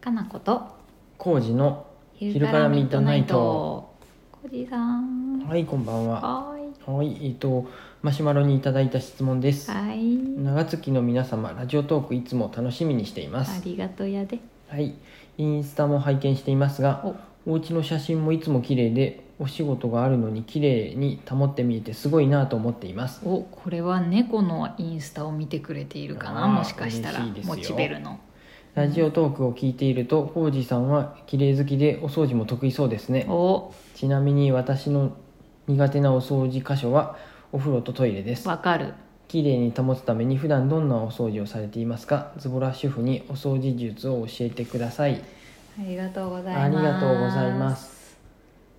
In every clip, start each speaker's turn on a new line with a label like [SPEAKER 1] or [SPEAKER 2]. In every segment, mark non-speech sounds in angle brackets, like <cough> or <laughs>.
[SPEAKER 1] かなこと
[SPEAKER 2] 工事の昼からミッドナイト
[SPEAKER 1] コージーさん
[SPEAKER 2] はいこんばんは
[SPEAKER 1] は
[SPEAKER 2] はいえっとマシュマロにいただいた質問です
[SPEAKER 1] ーいはい
[SPEAKER 2] 長月の皆様ラジオトークいつも楽しみにしていま
[SPEAKER 1] あ
[SPEAKER 2] す
[SPEAKER 1] りがとうやで
[SPEAKER 2] はいインスタも拝見していますがお家の写真もいつも綺麗でお仕事があるのに綺麗に保って見えてすごいなと思っています
[SPEAKER 1] おこれは猫のインスタを見てくれているか
[SPEAKER 2] あ
[SPEAKER 1] な
[SPEAKER 2] ー
[SPEAKER 1] もしかしたら
[SPEAKER 2] 嬉しいですよ
[SPEAKER 1] モチベルの
[SPEAKER 2] ラジオトークを聞いていると浩二さんは綺麗好きでお掃除も得意そうですね
[SPEAKER 1] お
[SPEAKER 2] ちなみに私の苦手なお掃除箇所はお風呂とトイレです
[SPEAKER 1] わかる
[SPEAKER 2] 綺麗に保つために普段どんなお掃除をされていますかズボラ主婦にお掃除術を教えてください
[SPEAKER 1] ありがとうございます
[SPEAKER 2] ありがとうございます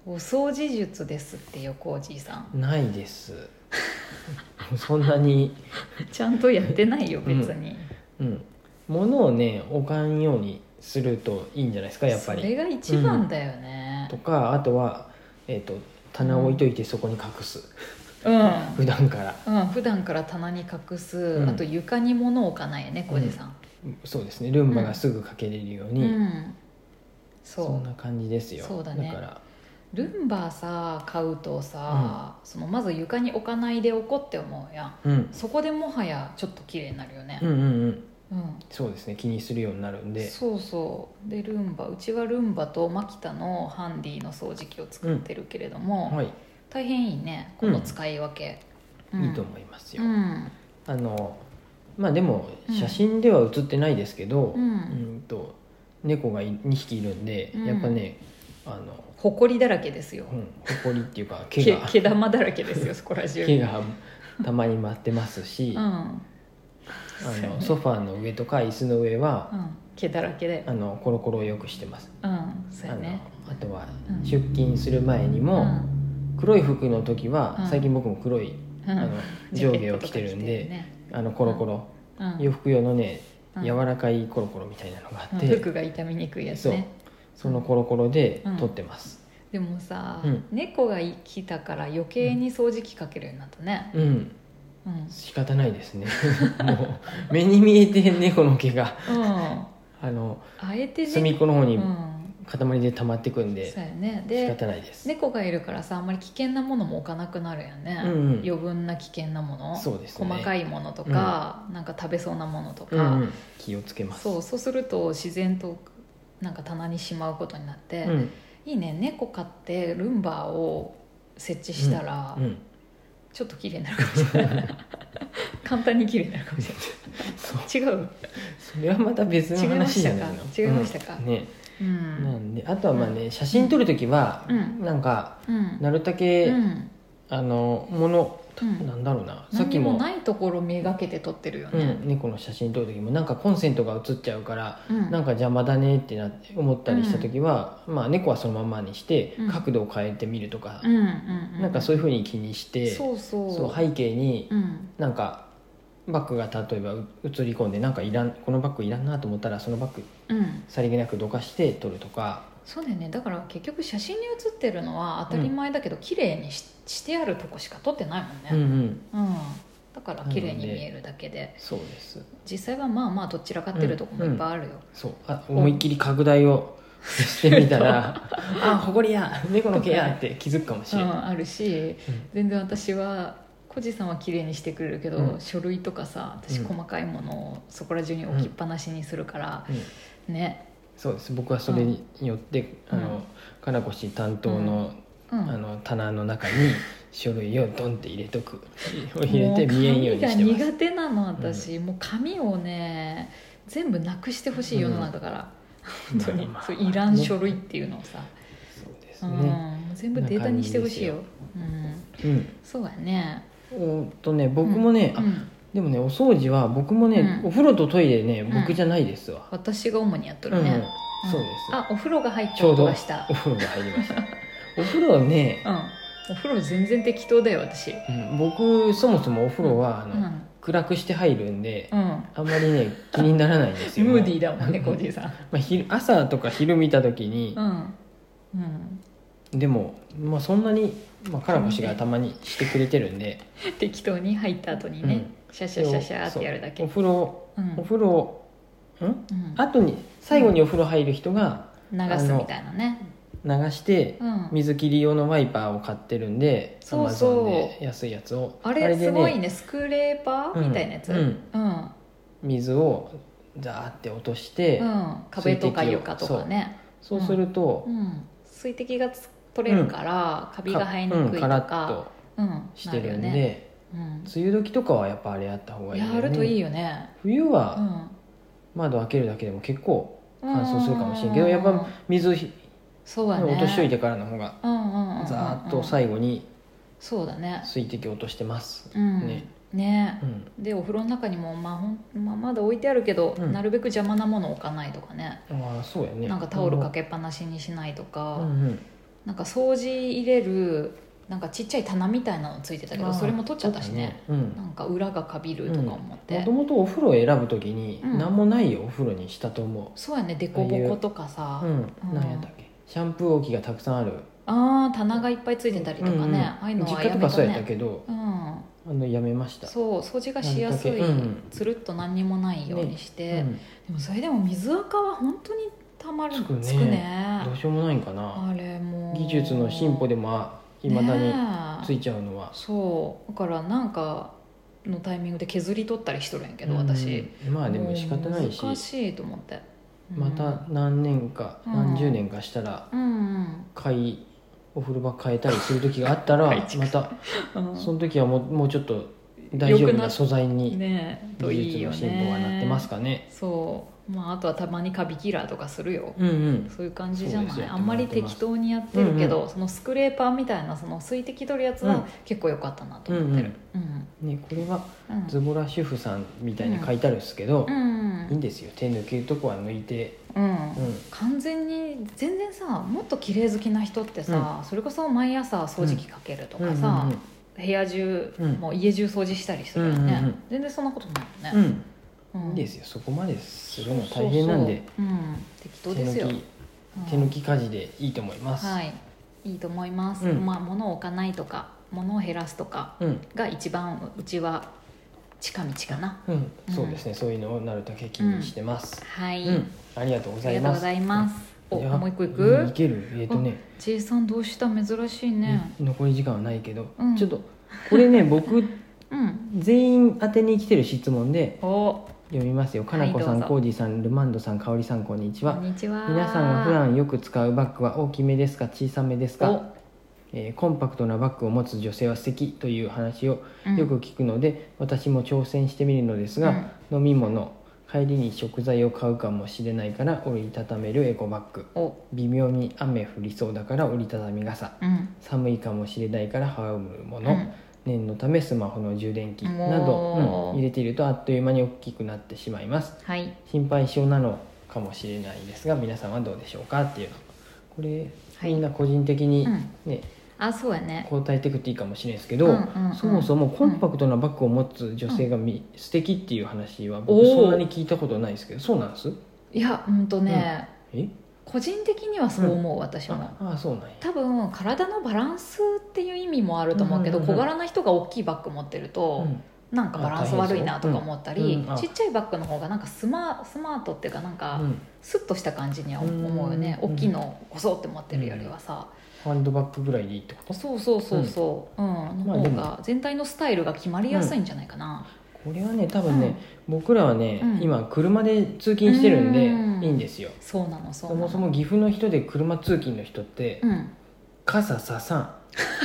[SPEAKER 1] お掃除術ですってよコージーさ <laughs> ん
[SPEAKER 2] ないです <laughs> そんなに
[SPEAKER 1] ちゃんとやってないよ別に、
[SPEAKER 2] うん物をね置かんようにするといいんじゃないですかやっぱ
[SPEAKER 1] それ
[SPEAKER 2] り
[SPEAKER 1] が一番だよね
[SPEAKER 2] とかあとはえっ、と棚置いといてそこに隠す、
[SPEAKER 1] うん
[SPEAKER 2] 普段から
[SPEAKER 1] うん、普段から棚に隠す、
[SPEAKER 2] ん
[SPEAKER 1] あと床に物置かないよね小路さん、
[SPEAKER 2] そうですねルンバがすぐかけれるよう
[SPEAKER 1] うん
[SPEAKER 2] に、
[SPEAKER 1] そう
[SPEAKER 2] そんな感じですよ
[SPEAKER 1] そうだね
[SPEAKER 2] から
[SPEAKER 1] ルンバさ買うとさ、そのまず床に置かないでおこうって思うやん
[SPEAKER 2] うん、
[SPEAKER 1] そこでもはやちょっと綺麗になるよね
[SPEAKER 2] うん、うんうん
[SPEAKER 1] うん
[SPEAKER 2] そうですね気にするようになるんで
[SPEAKER 1] そうそうでルンバうちはルンバとマキタのハンディの掃除機を使ってるけれども、
[SPEAKER 2] はい、
[SPEAKER 1] 大変いいねこの使い分け、うん
[SPEAKER 2] いいと思いますよ、
[SPEAKER 1] うん
[SPEAKER 2] あのまあでも
[SPEAKER 1] うん
[SPEAKER 2] 写真では写ってないですけど、
[SPEAKER 1] うん
[SPEAKER 2] と猫が2匹いるんで、
[SPEAKER 1] うん
[SPEAKER 2] やっぱねあの、
[SPEAKER 1] ほこりだらけですよ、
[SPEAKER 2] うん、ほこりっていうか毛
[SPEAKER 1] 毛
[SPEAKER 2] が
[SPEAKER 1] 毛玉だらけですよそこら中
[SPEAKER 2] 毛がたまに舞ってますし、
[SPEAKER 1] う
[SPEAKER 2] あ
[SPEAKER 1] ん
[SPEAKER 2] のソファーの上とか椅子の上は、
[SPEAKER 1] うん、毛だらけで
[SPEAKER 2] あのコロコロをよくしてます、
[SPEAKER 1] うんそう
[SPEAKER 2] あ
[SPEAKER 1] や
[SPEAKER 2] の
[SPEAKER 1] ね
[SPEAKER 2] あとは
[SPEAKER 1] うん
[SPEAKER 2] 出勤する前にも、
[SPEAKER 1] うん
[SPEAKER 2] 黒い服の時は、
[SPEAKER 1] うん
[SPEAKER 2] 最近僕も黒い
[SPEAKER 1] うん
[SPEAKER 2] あの
[SPEAKER 1] ジャ
[SPEAKER 2] 上
[SPEAKER 1] ケット
[SPEAKER 2] 下を
[SPEAKER 1] とか
[SPEAKER 2] 着てるんで
[SPEAKER 1] ね
[SPEAKER 2] あのコロコロ、
[SPEAKER 1] うん
[SPEAKER 2] 洋服用のね、
[SPEAKER 1] うん
[SPEAKER 2] 柔らかいコロコロみたいなのがあ
[SPEAKER 1] う
[SPEAKER 2] っ
[SPEAKER 1] ん
[SPEAKER 2] て、
[SPEAKER 1] 服が傷みにくいやつね
[SPEAKER 2] そのコロコロで
[SPEAKER 1] うん
[SPEAKER 2] 撮ってます
[SPEAKER 1] でもさ、
[SPEAKER 2] うん
[SPEAKER 1] 猫が来たから余計に掃除機かけるようになったね、
[SPEAKER 2] うん、
[SPEAKER 1] うん
[SPEAKER 2] 仕方ないで
[SPEAKER 1] <laughs>
[SPEAKER 2] すねもう目に見えて猫の毛が
[SPEAKER 1] うん
[SPEAKER 2] あの
[SPEAKER 1] あえてね
[SPEAKER 2] 隅っこの方
[SPEAKER 1] う
[SPEAKER 2] に
[SPEAKER 1] ん、
[SPEAKER 2] 塊で溜まってくんで
[SPEAKER 1] そう、やね
[SPEAKER 2] 仕
[SPEAKER 1] で
[SPEAKER 2] 方ないです
[SPEAKER 1] 猫がいるからさあんまり危険なものも置かなくなるやんね、
[SPEAKER 2] うんうん
[SPEAKER 1] 余分な危険なもの
[SPEAKER 2] そうですね
[SPEAKER 1] 細かいものとか、なんか食べそうなものと
[SPEAKER 2] うん
[SPEAKER 1] か、
[SPEAKER 2] うん気をつけます
[SPEAKER 1] そうそうすると自然となんか棚にしまうことになって、
[SPEAKER 2] うん
[SPEAKER 1] いいね猫飼ってルンバを設置したら、
[SPEAKER 2] うん、
[SPEAKER 1] ちょっと綺麗になるかもしれない簡単に綺麗になるかもし
[SPEAKER 2] そう
[SPEAKER 1] れない違う、
[SPEAKER 2] それはまた別の話じゃないの
[SPEAKER 1] 違いましたか違いましたか
[SPEAKER 2] うんね、
[SPEAKER 1] う、
[SPEAKER 2] なんんであとはまあね写真撮る時は、
[SPEAKER 1] うん
[SPEAKER 2] なんか
[SPEAKER 1] うん
[SPEAKER 2] なるだけ、
[SPEAKER 1] うん
[SPEAKER 2] あのもの、
[SPEAKER 1] うん
[SPEAKER 2] なんだろうなさっ
[SPEAKER 1] 何
[SPEAKER 2] き
[SPEAKER 1] にも
[SPEAKER 2] も
[SPEAKER 1] ないところめがけて撮ってるよ
[SPEAKER 2] う
[SPEAKER 1] ね、
[SPEAKER 2] ん、猫の写真撮る時もなんかコンセントが映っちゃうから、
[SPEAKER 1] うん
[SPEAKER 2] なんか邪魔だねってなって思ったりした時は、まあ、猫はそのままにして
[SPEAKER 1] うん
[SPEAKER 2] 角度を変えてみるとか、
[SPEAKER 1] うんうんうん、
[SPEAKER 2] なんかそういうふうに気にして
[SPEAKER 1] そうそう
[SPEAKER 2] そう背景に
[SPEAKER 1] うん
[SPEAKER 2] なんかバッグが例えばう映り込んでなんかいらんこのバッグいらんなと思ったらそのバッグ
[SPEAKER 1] うん、
[SPEAKER 2] さりげなくどかして撮るとか、
[SPEAKER 1] そうだよねだから結局写真に写ってるのは当たり前だけど綺麗にししてあるとこしか撮ってないもん
[SPEAKER 2] うん
[SPEAKER 1] ね、
[SPEAKER 2] うん、
[SPEAKER 1] うんだから綺麗に見えるだけで
[SPEAKER 2] そうです
[SPEAKER 1] 実際はまあまあどちらかってるとこもいっぱいあるよ、
[SPEAKER 2] そうあ思いっきり拡大をしてみたら
[SPEAKER 1] <laughs>
[SPEAKER 2] 「あほこりや猫の毛や」って気づくかもし
[SPEAKER 1] うん
[SPEAKER 2] れない、
[SPEAKER 1] あるし、
[SPEAKER 2] うん
[SPEAKER 1] 全然私は小路さんは綺麗にしてくれるけど、
[SPEAKER 2] うん
[SPEAKER 1] 書類とかさ私
[SPEAKER 2] うん
[SPEAKER 1] 細かいものをそこら中に置きっぱなしにするから、
[SPEAKER 2] うん
[SPEAKER 1] ね、
[SPEAKER 2] そうです僕はそれによって、
[SPEAKER 1] うん
[SPEAKER 2] あのかなこ氏担当の,、
[SPEAKER 1] うん、
[SPEAKER 2] あの棚
[SPEAKER 1] <laughs>
[SPEAKER 2] の中に書類をドンって入れとく入
[SPEAKER 1] も
[SPEAKER 2] れ
[SPEAKER 1] う
[SPEAKER 2] て見えんようにして
[SPEAKER 1] 紙
[SPEAKER 2] ま
[SPEAKER 1] が
[SPEAKER 2] す
[SPEAKER 1] 苦手なの私、もう紙をね全部なくしてほしい世の中から、本当に、
[SPEAKER 2] まあまあ
[SPEAKER 1] そういらん
[SPEAKER 2] ね
[SPEAKER 1] 書類っていうのをさ、
[SPEAKER 2] そうです
[SPEAKER 1] うん
[SPEAKER 2] ね、
[SPEAKER 1] もう全部データにしてほしいようん、
[SPEAKER 2] うん
[SPEAKER 1] そうやね
[SPEAKER 2] おーっとね僕もね、
[SPEAKER 1] う
[SPEAKER 2] あ
[SPEAKER 1] ん、
[SPEAKER 2] でもねお掃除は僕もね、
[SPEAKER 1] うん
[SPEAKER 2] お風呂とトイレね
[SPEAKER 1] ん
[SPEAKER 2] 僕じゃないですわ、
[SPEAKER 1] 私が主にやっと
[SPEAKER 2] うん
[SPEAKER 1] るね、
[SPEAKER 2] うん
[SPEAKER 1] ん
[SPEAKER 2] そうです
[SPEAKER 1] あお風呂が入っ
[SPEAKER 2] ち
[SPEAKER 1] た
[SPEAKER 2] ょう
[SPEAKER 1] 音
[SPEAKER 2] どお
[SPEAKER 1] がした
[SPEAKER 2] 風呂が入りましたお風呂ね、
[SPEAKER 1] うんお風呂全然適当だよ私
[SPEAKER 2] うん僕そもそもお風呂はあ
[SPEAKER 1] う
[SPEAKER 2] の、
[SPEAKER 1] ん
[SPEAKER 2] 暗くして入るんで、
[SPEAKER 1] うん
[SPEAKER 2] あんまりね気にならないんです
[SPEAKER 1] <laughs>
[SPEAKER 2] よ
[SPEAKER 1] ムーディーだもんねコージーさん
[SPEAKER 2] まあ、昼朝とか昼見た時に
[SPEAKER 1] う、んうん
[SPEAKER 2] でも、まあ、そんなに、まあ、カラコシがたまにしてくれてるんで
[SPEAKER 1] 適当に入った後にね、シャシャシャシャーってやるだ
[SPEAKER 2] そう
[SPEAKER 1] け
[SPEAKER 2] お風呂
[SPEAKER 1] うん
[SPEAKER 2] お風呂ん
[SPEAKER 1] うん、
[SPEAKER 2] 後に最後にお風呂入る人が
[SPEAKER 1] 流すみたいなね、
[SPEAKER 2] 流して
[SPEAKER 1] うん、
[SPEAKER 2] 水切り用のワイパーを買ってるんでア
[SPEAKER 1] そ
[SPEAKER 2] マ
[SPEAKER 1] うそう
[SPEAKER 2] ゾンで安いやつを
[SPEAKER 1] あれすごいねスクレーパーみたいなやつ、
[SPEAKER 2] うんうん
[SPEAKER 1] うん
[SPEAKER 2] 水をザーって落として、
[SPEAKER 1] うん壁とか床とかね
[SPEAKER 2] そうすると
[SPEAKER 1] う、ん、水滴がつ取れるから、カビが生えにくいと
[SPEAKER 2] カラッ
[SPEAKER 1] か、
[SPEAKER 2] と
[SPEAKER 1] うん
[SPEAKER 2] してるん
[SPEAKER 1] な
[SPEAKER 2] で
[SPEAKER 1] よねうん
[SPEAKER 2] 梅雨時とかはやっぱあれやった方がいいよね
[SPEAKER 1] やるといいよね、
[SPEAKER 2] 冬
[SPEAKER 1] う
[SPEAKER 2] は
[SPEAKER 1] ん、
[SPEAKER 2] 窓開けるだけでも結構乾燥するかもしれんけどやっぱ水をひ
[SPEAKER 1] そうだね
[SPEAKER 2] 落としとい
[SPEAKER 1] て
[SPEAKER 2] てからの方が
[SPEAKER 1] うんうんうんうん、
[SPEAKER 2] ザーッと最後に
[SPEAKER 1] そうだね
[SPEAKER 2] 水滴落としてます、
[SPEAKER 1] うん
[SPEAKER 2] ね
[SPEAKER 1] ね
[SPEAKER 2] うん、
[SPEAKER 1] でお風呂の中にも、まあほんまあ、まだ置いてあるけど、
[SPEAKER 2] うん
[SPEAKER 1] なるべく邪魔なもの置かないとかね
[SPEAKER 2] ああそうやね
[SPEAKER 1] なんかタオルかけっぱなしにしないと
[SPEAKER 2] う
[SPEAKER 1] か、
[SPEAKER 2] んうん
[SPEAKER 1] なんか掃除入れるなんかちっちゃい棚みたいなのついてたけ
[SPEAKER 2] あ
[SPEAKER 1] ど
[SPEAKER 2] ー
[SPEAKER 1] それも取っちゃったしね
[SPEAKER 2] そうだうん
[SPEAKER 1] なんか裏がかびるとか思って、
[SPEAKER 2] もともとお風呂を選ぶ時に
[SPEAKER 1] うん
[SPEAKER 2] 何もないお風呂にしたと思
[SPEAKER 1] そうやね凸凹とかさ
[SPEAKER 2] う、うん
[SPEAKER 1] うん
[SPEAKER 2] 何やったっけシャンプー置きがたくさんある
[SPEAKER 1] あー棚がいっぱいついてたりとかね、
[SPEAKER 2] うんうん
[SPEAKER 1] ああいうの
[SPEAKER 2] 実
[SPEAKER 1] は
[SPEAKER 2] 家
[SPEAKER 1] や
[SPEAKER 2] と
[SPEAKER 1] め
[SPEAKER 2] か
[SPEAKER 1] た
[SPEAKER 2] そうやった
[SPEAKER 1] ね
[SPEAKER 2] けど
[SPEAKER 1] うん
[SPEAKER 2] あのやめました
[SPEAKER 1] そう掃除がしやすい、
[SPEAKER 2] なるだけうん
[SPEAKER 1] つるっと何にもないようにして、
[SPEAKER 2] うん
[SPEAKER 1] でもそれでも水垢は本当にたまる
[SPEAKER 2] つくね
[SPEAKER 1] つくね
[SPEAKER 2] どうしようもないんかな
[SPEAKER 1] あれもう
[SPEAKER 2] 技術の進歩でもいまだに
[SPEAKER 1] ねえ
[SPEAKER 2] ついちゃうのは、
[SPEAKER 1] そうだからなんかのタイミングで削り取ったりしとるんやけど私、
[SPEAKER 2] うんまあでも仕方ないし
[SPEAKER 1] もう難しいと思って、うん
[SPEAKER 2] また何年か
[SPEAKER 1] うん
[SPEAKER 2] 何十年かしたら
[SPEAKER 1] うんうん
[SPEAKER 2] 買いお風呂場変えたりする時があ
[SPEAKER 1] <laughs>
[SPEAKER 2] ったら
[SPEAKER 1] 改築
[SPEAKER 2] また
[SPEAKER 1] うん
[SPEAKER 2] その時はもうもうちょっと大丈夫
[SPEAKER 1] 良く
[SPEAKER 2] な
[SPEAKER 1] な
[SPEAKER 2] 素材に
[SPEAKER 1] ねえと
[SPEAKER 2] 技
[SPEAKER 1] いい
[SPEAKER 2] 術
[SPEAKER 1] よ
[SPEAKER 2] の
[SPEAKER 1] ね
[SPEAKER 2] 進歩はなってますかね
[SPEAKER 1] そうまああとはたまにカビキラーとかするよ
[SPEAKER 2] うんうん
[SPEAKER 1] そういう感じじゃ
[SPEAKER 2] そう
[SPEAKER 1] ない
[SPEAKER 2] ですよ
[SPEAKER 1] あんまり適当にやってるけ
[SPEAKER 2] うん
[SPEAKER 1] ど、そのスクレーパーみたいなその水滴取るやつ
[SPEAKER 2] うん
[SPEAKER 1] は結構良かったなと思ってるうん
[SPEAKER 2] ねこれは
[SPEAKER 1] うん
[SPEAKER 2] ズボラ主婦さんみたいに書いてあるんですけど、
[SPEAKER 1] う
[SPEAKER 2] いいん
[SPEAKER 1] ん
[SPEAKER 2] ですよ手抜けるとこは抜いて、
[SPEAKER 1] うん
[SPEAKER 2] うん
[SPEAKER 1] 完全に全然さもっと綺麗好きな人ってさ、それこそ毎朝掃除機かけるとかさ、部屋中、
[SPEAKER 2] うん
[SPEAKER 1] もう家中掃除したりするよね、
[SPEAKER 2] うんうんうん
[SPEAKER 1] 全然そんなことない
[SPEAKER 2] うんう
[SPEAKER 1] よね、うん
[SPEAKER 2] んいいですすよそこまでするの大変なんで
[SPEAKER 1] そうそううん、適当ですよ
[SPEAKER 2] 手抜き手抜き家事でいいと思います、
[SPEAKER 1] うんはいいいと思います、
[SPEAKER 2] うん
[SPEAKER 1] まあ物を置かないとか物を減らすとか
[SPEAKER 2] うん
[SPEAKER 1] が一番うちは近道かな
[SPEAKER 2] うん、そうですね、そういうのをなるだけ気にしてます、
[SPEAKER 1] はい、
[SPEAKER 2] うん、ありがとうご
[SPEAKER 1] あ
[SPEAKER 2] ざ
[SPEAKER 1] り
[SPEAKER 2] い
[SPEAKER 1] がとう
[SPEAKER 2] ま
[SPEAKER 1] ご
[SPEAKER 2] す
[SPEAKER 1] ざいますお
[SPEAKER 2] いや
[SPEAKER 1] もう一個い
[SPEAKER 2] うんい
[SPEAKER 1] く
[SPEAKER 2] けるえっ、とね
[SPEAKER 1] J さんどうした珍しいね
[SPEAKER 2] え残り時間はないけど、
[SPEAKER 1] うん
[SPEAKER 2] ちょっとこれね僕
[SPEAKER 1] うん
[SPEAKER 2] 全員宛てに来てる質問で
[SPEAKER 1] お
[SPEAKER 2] 読みますよかなこさ
[SPEAKER 1] はい
[SPEAKER 2] ん、
[SPEAKER 1] どうぞ
[SPEAKER 2] こうじさんルマンドさんかおりさんこんにち
[SPEAKER 1] こん
[SPEAKER 2] は
[SPEAKER 1] にちは
[SPEAKER 2] 皆さんが普段よく使うバッグは大きめですか小さめですか、
[SPEAKER 1] お
[SPEAKER 2] えーコンパクトなバッグを持つ女性は素敵という話を
[SPEAKER 1] うん
[SPEAKER 2] よく聞くので、私も挑戦してみるのですが、飲み物帰りに食材を買うかもしれないから折りたためるエコバッグ
[SPEAKER 1] うんお
[SPEAKER 2] 微妙に雨降りそうだから折りたたみ傘
[SPEAKER 1] うん
[SPEAKER 2] 寒いかもしれないから羽織るもの、
[SPEAKER 1] うん
[SPEAKER 2] 念のためスマホの充電器
[SPEAKER 1] もう
[SPEAKER 2] など、うん入れているとあっという間に大きくなってしまいます
[SPEAKER 1] はい
[SPEAKER 2] 心配性なのかもしれないですが皆さんはどうでしょうかっていうのこれ、
[SPEAKER 1] はい
[SPEAKER 2] みんな個人的に
[SPEAKER 1] うん
[SPEAKER 2] ね、
[SPEAKER 1] あそうやね
[SPEAKER 2] 交代テクっていいかもしれないですけど、
[SPEAKER 1] うんうんうん
[SPEAKER 2] そもそもコンパクトなバッグを持つ女性がみ、素敵っていう話は僕そんなに聞いたことないですけどそうなんです
[SPEAKER 1] いやうんとね、
[SPEAKER 2] え
[SPEAKER 1] 個人的にはそう思う、私も
[SPEAKER 2] ああそうなんや
[SPEAKER 1] 多分体のバランスっていう意味もあると思うけど、
[SPEAKER 2] うんうんうん
[SPEAKER 1] 小柄な人が大きいバッグ持ってると、なんかバランス悪いなとか思った
[SPEAKER 2] あ大変
[SPEAKER 1] り
[SPEAKER 2] そううんうんあ
[SPEAKER 1] ちっちゃいバッグの方がなんかスマスマートっていうかなん
[SPEAKER 2] う
[SPEAKER 1] か
[SPEAKER 2] んうん
[SPEAKER 1] スッとした感じには思うよね、
[SPEAKER 2] うんうん
[SPEAKER 1] 大きいのこそって持ってるよりはさ、
[SPEAKER 2] ハンドバッグぐらいでいいってこと
[SPEAKER 1] そうそうそうそう、うん
[SPEAKER 2] まあ
[SPEAKER 1] の
[SPEAKER 2] で
[SPEAKER 1] 方
[SPEAKER 2] も
[SPEAKER 1] が全体のスタイルが決まりやすいんじゃないかな、
[SPEAKER 2] これはね多分ね、僕らはね、
[SPEAKER 1] うん
[SPEAKER 2] 今車で通勤してるんで
[SPEAKER 1] うん
[SPEAKER 2] いいんですよ
[SPEAKER 1] そうなのそう
[SPEAKER 2] そ
[SPEAKER 1] なの
[SPEAKER 2] もそも岐阜の人で車通勤の人って
[SPEAKER 1] うん
[SPEAKER 2] 傘ささ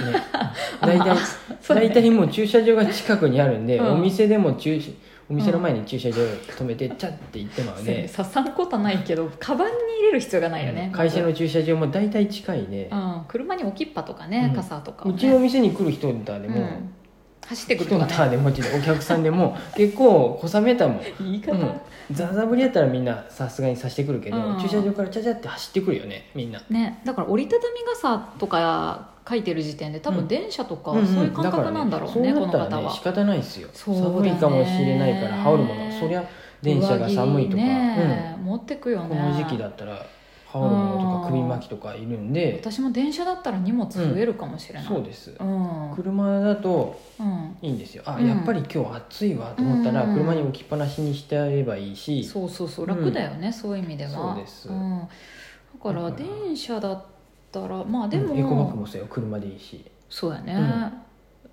[SPEAKER 2] ん、ね、
[SPEAKER 1] <laughs> あ
[SPEAKER 2] 大体
[SPEAKER 1] そうだね
[SPEAKER 2] 大体もう駐車場が近くにあるんで、
[SPEAKER 1] うん
[SPEAKER 2] お店でも駐車お店の前に駐車場止めてチャッて行ってまう
[SPEAKER 1] そうね
[SPEAKER 2] ね、
[SPEAKER 1] 刺さんことはないけどカバンに入れる必要がないよね、
[SPEAKER 2] 会社の駐車場も大体近いで
[SPEAKER 1] う、ん、車に置きっぱとかね、
[SPEAKER 2] うん
[SPEAKER 1] 傘とか
[SPEAKER 2] う
[SPEAKER 1] をね、
[SPEAKER 2] ちのお店に来る人だで
[SPEAKER 1] で
[SPEAKER 2] も、
[SPEAKER 1] 走ってくる
[SPEAKER 2] 人
[SPEAKER 1] と
[SPEAKER 2] だ
[SPEAKER 1] かね
[SPEAKER 2] でもちろんお客さんでも結構小雨たもん
[SPEAKER 1] 言い方、
[SPEAKER 2] うん、ザーザーぶりやったらみんなさすがにさしてくるけど、
[SPEAKER 1] うん
[SPEAKER 2] 駐車場からちゃちゃって走ってくるよねみんな
[SPEAKER 1] ねだから折りたたみ傘とか書いてる時点で多
[SPEAKER 2] うん
[SPEAKER 1] 分電車とか、
[SPEAKER 2] んん
[SPEAKER 1] そういう感覚なんだろうね,、
[SPEAKER 2] からそう
[SPEAKER 1] こ
[SPEAKER 2] な
[SPEAKER 1] の
[SPEAKER 2] ったら
[SPEAKER 1] 方は
[SPEAKER 2] 仕方ないですよ、
[SPEAKER 1] そうだね
[SPEAKER 2] 寒いかもしれないから羽織るものそりゃ電車が寒い
[SPEAKER 1] 上着
[SPEAKER 2] とか、
[SPEAKER 1] ね持ってくよ
[SPEAKER 2] う
[SPEAKER 1] ね
[SPEAKER 2] んこの時期だったら羽織るものとか首巻きとかいるんで
[SPEAKER 1] 私も電車だったら荷物増えるかもしれない、
[SPEAKER 2] そうです
[SPEAKER 1] うんうん
[SPEAKER 2] 車だといいんですよあ、
[SPEAKER 1] うん
[SPEAKER 2] やっぱり今日暑いわと思ったら
[SPEAKER 1] うんうんうん
[SPEAKER 2] 車に置きっぱなしにしてあればいいし、
[SPEAKER 1] そうそうそう楽だよね、そういう意味では
[SPEAKER 2] そうです
[SPEAKER 1] ん、だから
[SPEAKER 2] だから
[SPEAKER 1] 電車だったらまあで
[SPEAKER 2] で
[SPEAKER 1] も、
[SPEAKER 2] もエコバッグもそうよ車でいいし
[SPEAKER 1] そうやね、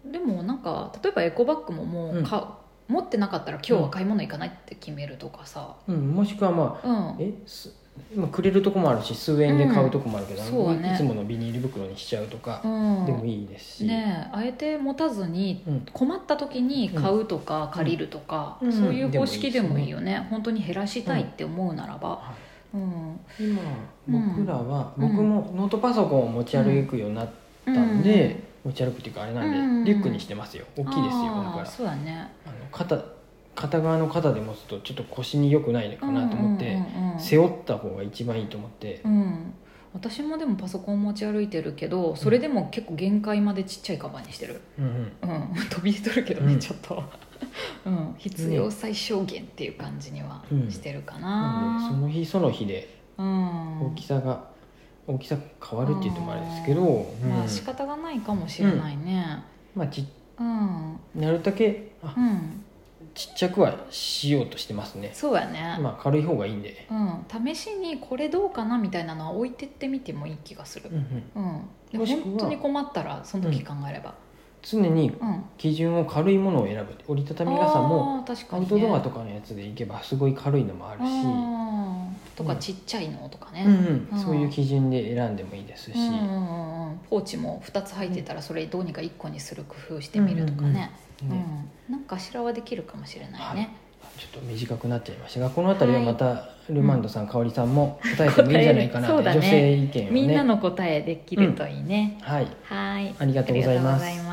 [SPEAKER 1] でもなんか例えばエコバッグももうか、持ってなかったら今日は買い物行かないって決めるとかさ、
[SPEAKER 2] うん、もしくはまあ
[SPEAKER 1] うん、
[SPEAKER 2] えすまあくれるとこもあるし数円で買うとこもあるけど、
[SPEAKER 1] うんそうね
[SPEAKER 2] いつものビニール袋にしちゃうとか
[SPEAKER 1] うん
[SPEAKER 2] でもいいですし、
[SPEAKER 1] ねえあえて持たずに
[SPEAKER 2] うん
[SPEAKER 1] 困った時に買うとか借りるとか、
[SPEAKER 2] うん
[SPEAKER 1] そういう方式でもいい
[SPEAKER 2] でもいいで
[SPEAKER 1] よね本当に減らしたいって思うならば、
[SPEAKER 2] は
[SPEAKER 1] うん
[SPEAKER 2] い今
[SPEAKER 1] うん
[SPEAKER 2] 僕らは、
[SPEAKER 1] うん
[SPEAKER 2] 僕もノートパソコンを持ち歩くようになったんで、持ち歩くっていうかあれなんで、
[SPEAKER 1] うん
[SPEAKER 2] リュックにしてますよ大きいですよ
[SPEAKER 1] あー
[SPEAKER 2] 僕は
[SPEAKER 1] そうやね
[SPEAKER 2] あの肩片側の肩で持つとちょっと腰に良くないかなと思っ
[SPEAKER 1] うん
[SPEAKER 2] て、
[SPEAKER 1] うんうんうん
[SPEAKER 2] 背負った方が一番いいと思って、
[SPEAKER 1] うん私もでもパソコン持ち歩いてるけどそれでも結構限界までちっちゃいカバンにしてる、
[SPEAKER 2] うんうん
[SPEAKER 1] うん、 <laughs> 飛び出とるけどね、
[SPEAKER 2] うん
[SPEAKER 1] ちょっと、 <laughs> うん、必要最小限っていう感じには
[SPEAKER 2] うん
[SPEAKER 1] してるか
[SPEAKER 2] なんでそ
[SPEAKER 1] な、
[SPEAKER 2] の日その日で
[SPEAKER 1] うん
[SPEAKER 2] 大きさが、大きさが変わるって言ってもあれですけど、うん
[SPEAKER 1] まあ仕方がないかもしれないね
[SPEAKER 2] まあち
[SPEAKER 1] うん、
[SPEAKER 2] なるだけあ
[SPEAKER 1] うん、
[SPEAKER 2] ちっちゃくはしようとしてますね、
[SPEAKER 1] そうやね、
[SPEAKER 2] まあ軽い方がいいんで、
[SPEAKER 1] うん、試しにこれどうかなみたいなのは置いてってみてもいい気がする
[SPEAKER 2] うん、うん
[SPEAKER 1] うん、で
[SPEAKER 2] もしくは
[SPEAKER 1] 本当に困ったらその時考えれば、
[SPEAKER 2] 常に
[SPEAKER 1] うん
[SPEAKER 2] 基準を軽いものを選ぶ折りたたみ傘も
[SPEAKER 1] あー確か
[SPEAKER 2] ア
[SPEAKER 1] に、
[SPEAKER 2] ウ
[SPEAKER 1] ね、
[SPEAKER 2] トドアとかのやつでいけばすごい軽いのもあるし、
[SPEAKER 1] あーとか
[SPEAKER 2] うん
[SPEAKER 1] ちっちゃいのとかね、
[SPEAKER 2] うんうんそういう基準で選んでもいいですし、
[SPEAKER 1] うんうんうんポーチも2つ入ってたらそれどうにか1個にする工夫してみるとかねうん
[SPEAKER 2] ね
[SPEAKER 1] なんかしらはできるかもしれないね、
[SPEAKER 2] ちょっと短くなっちゃいましたがこの辺りはまたルマンドさん、香織さんも答えてもいいんじゃないかなと、
[SPEAKER 1] 答えるそうだね
[SPEAKER 2] 女性意見をね
[SPEAKER 1] みんなの答えできるといいね、
[SPEAKER 2] はい
[SPEAKER 1] はい
[SPEAKER 2] ありがとうございます
[SPEAKER 1] ありがとうござい